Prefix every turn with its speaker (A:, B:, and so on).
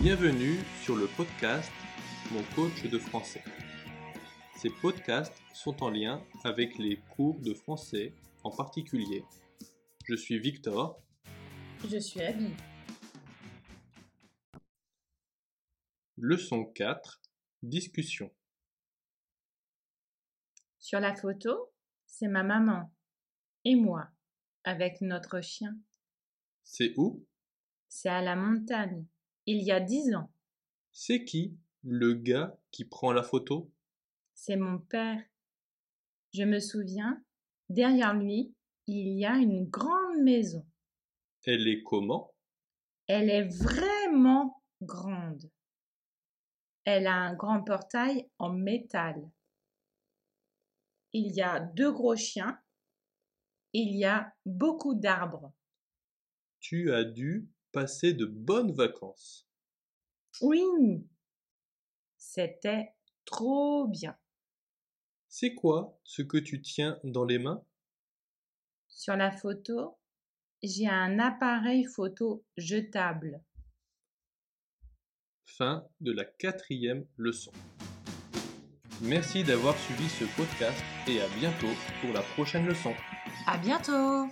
A: Bienvenue sur le podcast Mon coach de français. Ces podcasts sont en lien avec les cours de français en particulier. Je suis Victor.
B: Je suis Abby.
A: Leçon 4. Discussion.
B: Sur la photo, c'est ma maman et moi avec notre chien.
A: C'est où
B: C'est à la montagne, il y a dix ans.
A: C'est qui le gars qui prend la photo
B: C'est mon père. Je me souviens, derrière lui, il y a une grande maison.
A: Elle est comment
B: Elle est vraiment grande. Elle a un grand portail en métal. Il y a deux gros chiens. Il y a beaucoup d'arbres.
A: Tu as dû passer de bonnes vacances.
B: Oui, c'était trop bien.
A: C'est quoi ce que tu tiens dans les mains
B: Sur la photo, j'ai un appareil photo jetable.
A: Fin de la quatrième leçon. Merci d'avoir suivi ce podcast et à bientôt pour la prochaine leçon.
B: À bientôt